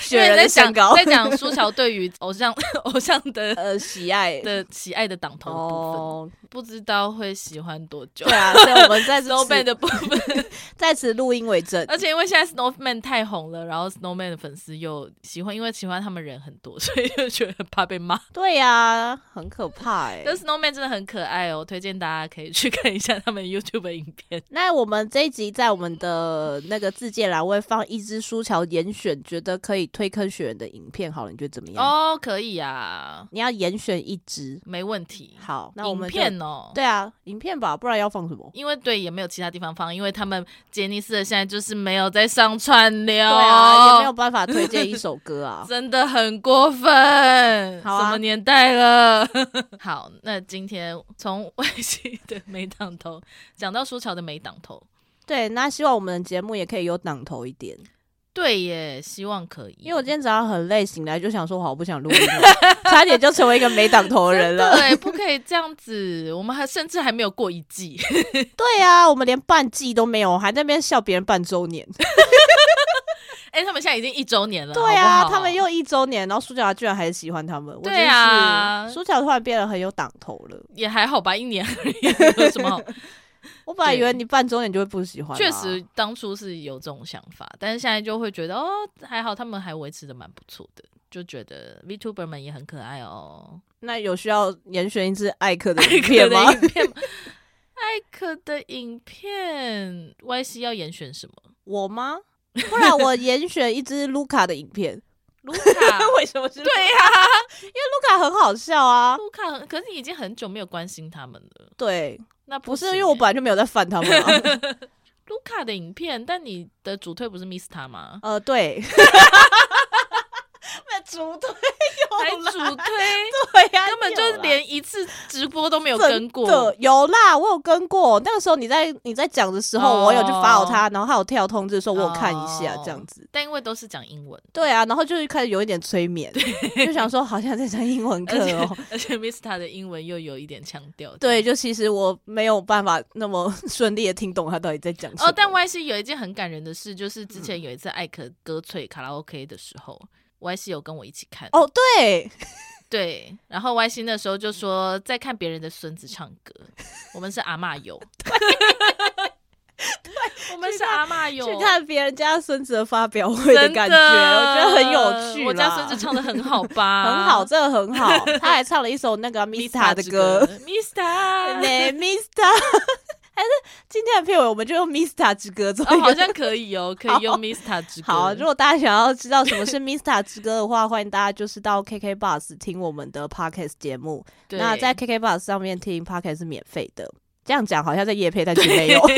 Speaker 1: 雪
Speaker 2: 因为
Speaker 1: 人
Speaker 2: 在
Speaker 1: 的
Speaker 2: 讲
Speaker 1: 身高
Speaker 2: 在？讲苏乔对于偶像 偶像的
Speaker 1: 呃，喜爱
Speaker 2: 的喜爱的党头的部分，
Speaker 1: 哦，
Speaker 2: 不知道会喜欢多久
Speaker 1: 对。啊，所以我们 在此
Speaker 2: Snowman 的部分，
Speaker 1: 在此录音为 证。
Speaker 2: 而且因为现在 Snowman 太红了，然后 Snowman 的粉丝又喜欢，因为喜欢他们人很多， 所以就觉得很怕被骂。
Speaker 1: 对呀、很可怕哎、
Speaker 2: 但 Snowman 真的很可爱哦，推荐大家可以去看一下他们 YouTube 的影片。
Speaker 1: 那我们这一集在我们的那个字界栏位放一只书桥严选，觉得可以推坑学员的影片，好了，你觉得怎么样？
Speaker 2: 哦，可以啊，
Speaker 1: 你要严选一支，
Speaker 2: 没问题。
Speaker 1: 好，那我
Speaker 2: 影
Speaker 1: 们就
Speaker 2: 片哦，
Speaker 1: 对啊，影片吧，不然要放什么？
Speaker 2: 因为对也没有其他地方放，因为他们杰尼斯的现在就是没有在上串流，
Speaker 1: 对啊，也 没有办法推荐一首歌啊。
Speaker 2: 真的很过分，
Speaker 1: 好啊
Speaker 2: 什么年代了？ 好，那今天从外星的美党头讲到苏乔的美党头，
Speaker 1: 对，那希望我们的节目也可以有档头一点，
Speaker 2: 对耶，希望可以，
Speaker 1: 因为我今天早上很累，醒来就想说，我好不想录音 哦，差点就成为一个没档头的人了。
Speaker 2: 对，不可以这样子，我们还甚至还没有过一季，
Speaker 1: 对啊，我们连半季都没有，还在那边笑别人半周年。
Speaker 2: 哎、他们现在已经一周年了，
Speaker 1: 对啊，
Speaker 2: 好不好
Speaker 1: 他们又一周年，然后苏乔居然还是喜欢他们，我真
Speaker 2: 对啊
Speaker 1: 是苏乔突然变得很有档头了。
Speaker 2: 也还好吧，一年而已， 有 什么好？
Speaker 1: 我本来以为
Speaker 2: 对
Speaker 1: 你半周年就会不喜欢，啊
Speaker 2: 确实，，当初是有这种想法，但是现在就会觉得哦，还好他们还维持的蛮不错的，就觉得 VTuber 们也很可爱哦。
Speaker 1: 那有需要严选一支艾克的影
Speaker 2: 可
Speaker 1: 片
Speaker 2: 的
Speaker 1: 吗？
Speaker 2: 影 片吗，艾克的影片，YC 要严选什么？
Speaker 1: 我吗？不然我严选一支卢卡的影片。啊
Speaker 2: 卢卡，
Speaker 1: 为什么是？
Speaker 2: 对呀、
Speaker 1: 卢卡很好笑啊。
Speaker 2: 卢卡很，可是你已经很久没有关心他们了。
Speaker 1: 对，
Speaker 2: 那
Speaker 1: 不是
Speaker 2: 行
Speaker 1: 因为我本来就没有在烦他们、 啊。
Speaker 2: 卢卡的影片，但你的主推不是 Miss 他吗？
Speaker 1: 呃， 对。那组队
Speaker 2: 还
Speaker 1: 有啦，
Speaker 2: 主 推，
Speaker 1: 对呀、
Speaker 2: 根本
Speaker 1: 有
Speaker 2: 就
Speaker 1: 啦
Speaker 2: 连一次直播都没有
Speaker 1: 真
Speaker 2: 跟过。
Speaker 1: 的有啦，我有跟过。那个时候你在你在讲的时候，
Speaker 2: 哦
Speaker 1: 我有去发好他，然后还有跳通知说我有看一下
Speaker 2: 哦
Speaker 1: 这样子。
Speaker 2: 但因为都是讲英文，
Speaker 1: 对啊，然后就是开始有一点催眠，就想说好像在上英文课
Speaker 2: 而且
Speaker 1: 哦。
Speaker 2: 而且 Miss 他的英文又有一点腔调。哦
Speaker 1: 对，就其实我没有办法那么 顺利的听懂他到底在讲什么。
Speaker 2: 哦，但 Y C 有一件很感人的事，就是之
Speaker 1: 嗯
Speaker 2: 前有一次艾可歌萃卡拉 OK 的时候，Y C 有跟我一起看。
Speaker 1: 哦对，
Speaker 2: 对，然后 Y C 那时候就说在看别人的孙子唱歌，我们是阿嬷友。 对，我们是阿嬷友。
Speaker 1: 去看别人家孙子的发表会
Speaker 2: 真
Speaker 1: 的感觉，我觉得很有趣啦。
Speaker 2: 我家孙子唱啊的很好吧？
Speaker 1: 很好，真的很好。他还唱了一首那个 Mista 的歌。
Speaker 2: ，Mista
Speaker 1: 对 Mista，还 是今天的片尾我们就用 Mista 之歌做
Speaker 2: 哦，
Speaker 1: 一
Speaker 2: 好
Speaker 1: 个。
Speaker 2: 像可以哦，可以用 Mista 之歌。
Speaker 1: 好，如果大家想要知道什么是 Mista 之歌的话， 欢迎大家就是到 KK Bus 听我们的 Podcast 节目。
Speaker 2: 对
Speaker 1: 那 在 KK Bus 上面听 Podcast 是免费的。这样讲好像在夜配，但其实没 有。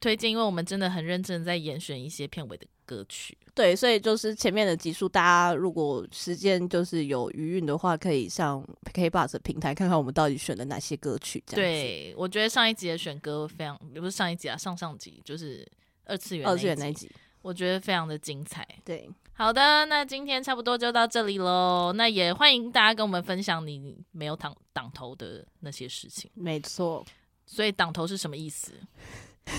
Speaker 2: 推荐，因为我们真的很认真地在严选一些片尾的歌曲。
Speaker 1: 对，所以就是前面的集数，大家如果时间就是有余韵的话，可以上 KK Bus 的平台看看我们到底选了哪些歌曲。这样子，
Speaker 2: 对，我觉得上一集的选歌非常，不是上一集啊，上上集就是二次元
Speaker 1: 二次元那
Speaker 2: 一
Speaker 1: 一
Speaker 2: 集，
Speaker 1: 集，
Speaker 2: 我觉得非常的精彩。
Speaker 1: 对，
Speaker 2: 好的，那今天差不多就到这里喽。那也欢迎大家跟我们分享你没有挡挡头的那些事情。
Speaker 1: 没错。
Speaker 2: 所以挡头是什么意思？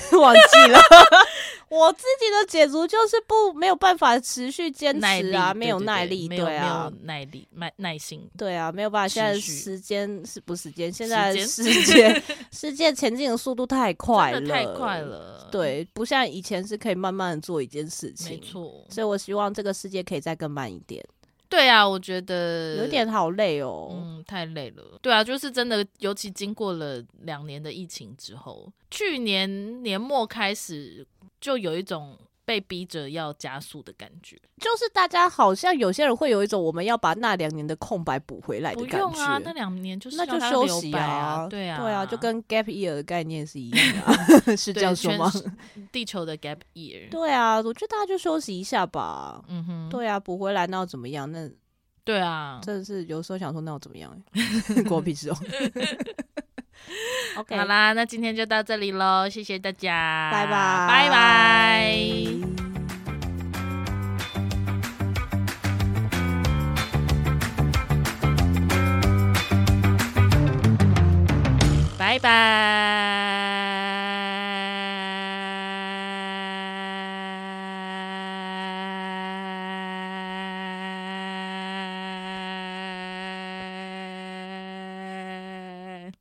Speaker 1: 忘记了。 我自己的解读就是不没有办法持续坚
Speaker 2: 耐
Speaker 1: 持
Speaker 2: 力
Speaker 1: 啊，
Speaker 2: 对
Speaker 1: 没有
Speaker 2: 对
Speaker 1: 耐
Speaker 2: 对
Speaker 1: 力，
Speaker 2: 没有
Speaker 1: 对啊
Speaker 2: 没，有耐力，耐耐心。
Speaker 1: 对啊，没有办法。
Speaker 2: 持
Speaker 1: 现在
Speaker 2: 续
Speaker 1: 时间是不时间？现在
Speaker 2: 间
Speaker 1: 世界世界前进的速度太快
Speaker 2: 真
Speaker 1: 了，
Speaker 2: 的太快。了，， 嗯
Speaker 1: 对，不像以前是可以慢慢的做一件事情。
Speaker 2: 没。错，
Speaker 1: 所以我希望这个世界可以再更慢一点，
Speaker 2: 对啊，我觉得
Speaker 1: 有点好累哦。
Speaker 2: 嗯，太累了。对啊，就是真的，尤其经过了两年的疫情之后，去年年末开始就有一种被逼着要加速的感觉。
Speaker 1: 就是大家好像有些人会有一种我们要把那两年的空白补回来的
Speaker 2: 不
Speaker 1: 感觉。
Speaker 2: 用啊，那两年就是
Speaker 1: 那
Speaker 2: 让
Speaker 1: 就
Speaker 2: 它
Speaker 1: 休
Speaker 2: 留
Speaker 1: 息
Speaker 2: 白
Speaker 1: 啊，
Speaker 2: 对啊，
Speaker 1: 对啊，就跟 gap year 的概念是一样的 啊、是这
Speaker 2: 对
Speaker 1: 样说
Speaker 2: 全
Speaker 1: 吗？
Speaker 2: 是地球的 gap year。
Speaker 1: 对啊，我觉得大家就休息一下吧。
Speaker 2: 嗯哼，
Speaker 1: 对啊，补回来那又怎么样？那
Speaker 2: 对啊。
Speaker 1: 真的是有时候想说那又怎么 样、欸？关我屁事哦。OK，
Speaker 2: 好啦，那今天就到这里喽，谢谢大家，
Speaker 1: 拜拜，
Speaker 2: 拜拜。拜拜。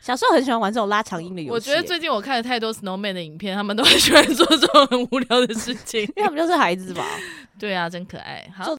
Speaker 1: 小时候很喜欢玩这种拉长音的游戏、。
Speaker 2: 我觉得最近我看了太多 Snowman 的影片，他们都很喜欢做这种很无聊的事情
Speaker 1: 因为他们就是孩子吧。
Speaker 2: 对啊，真可爱。好
Speaker 1: 做，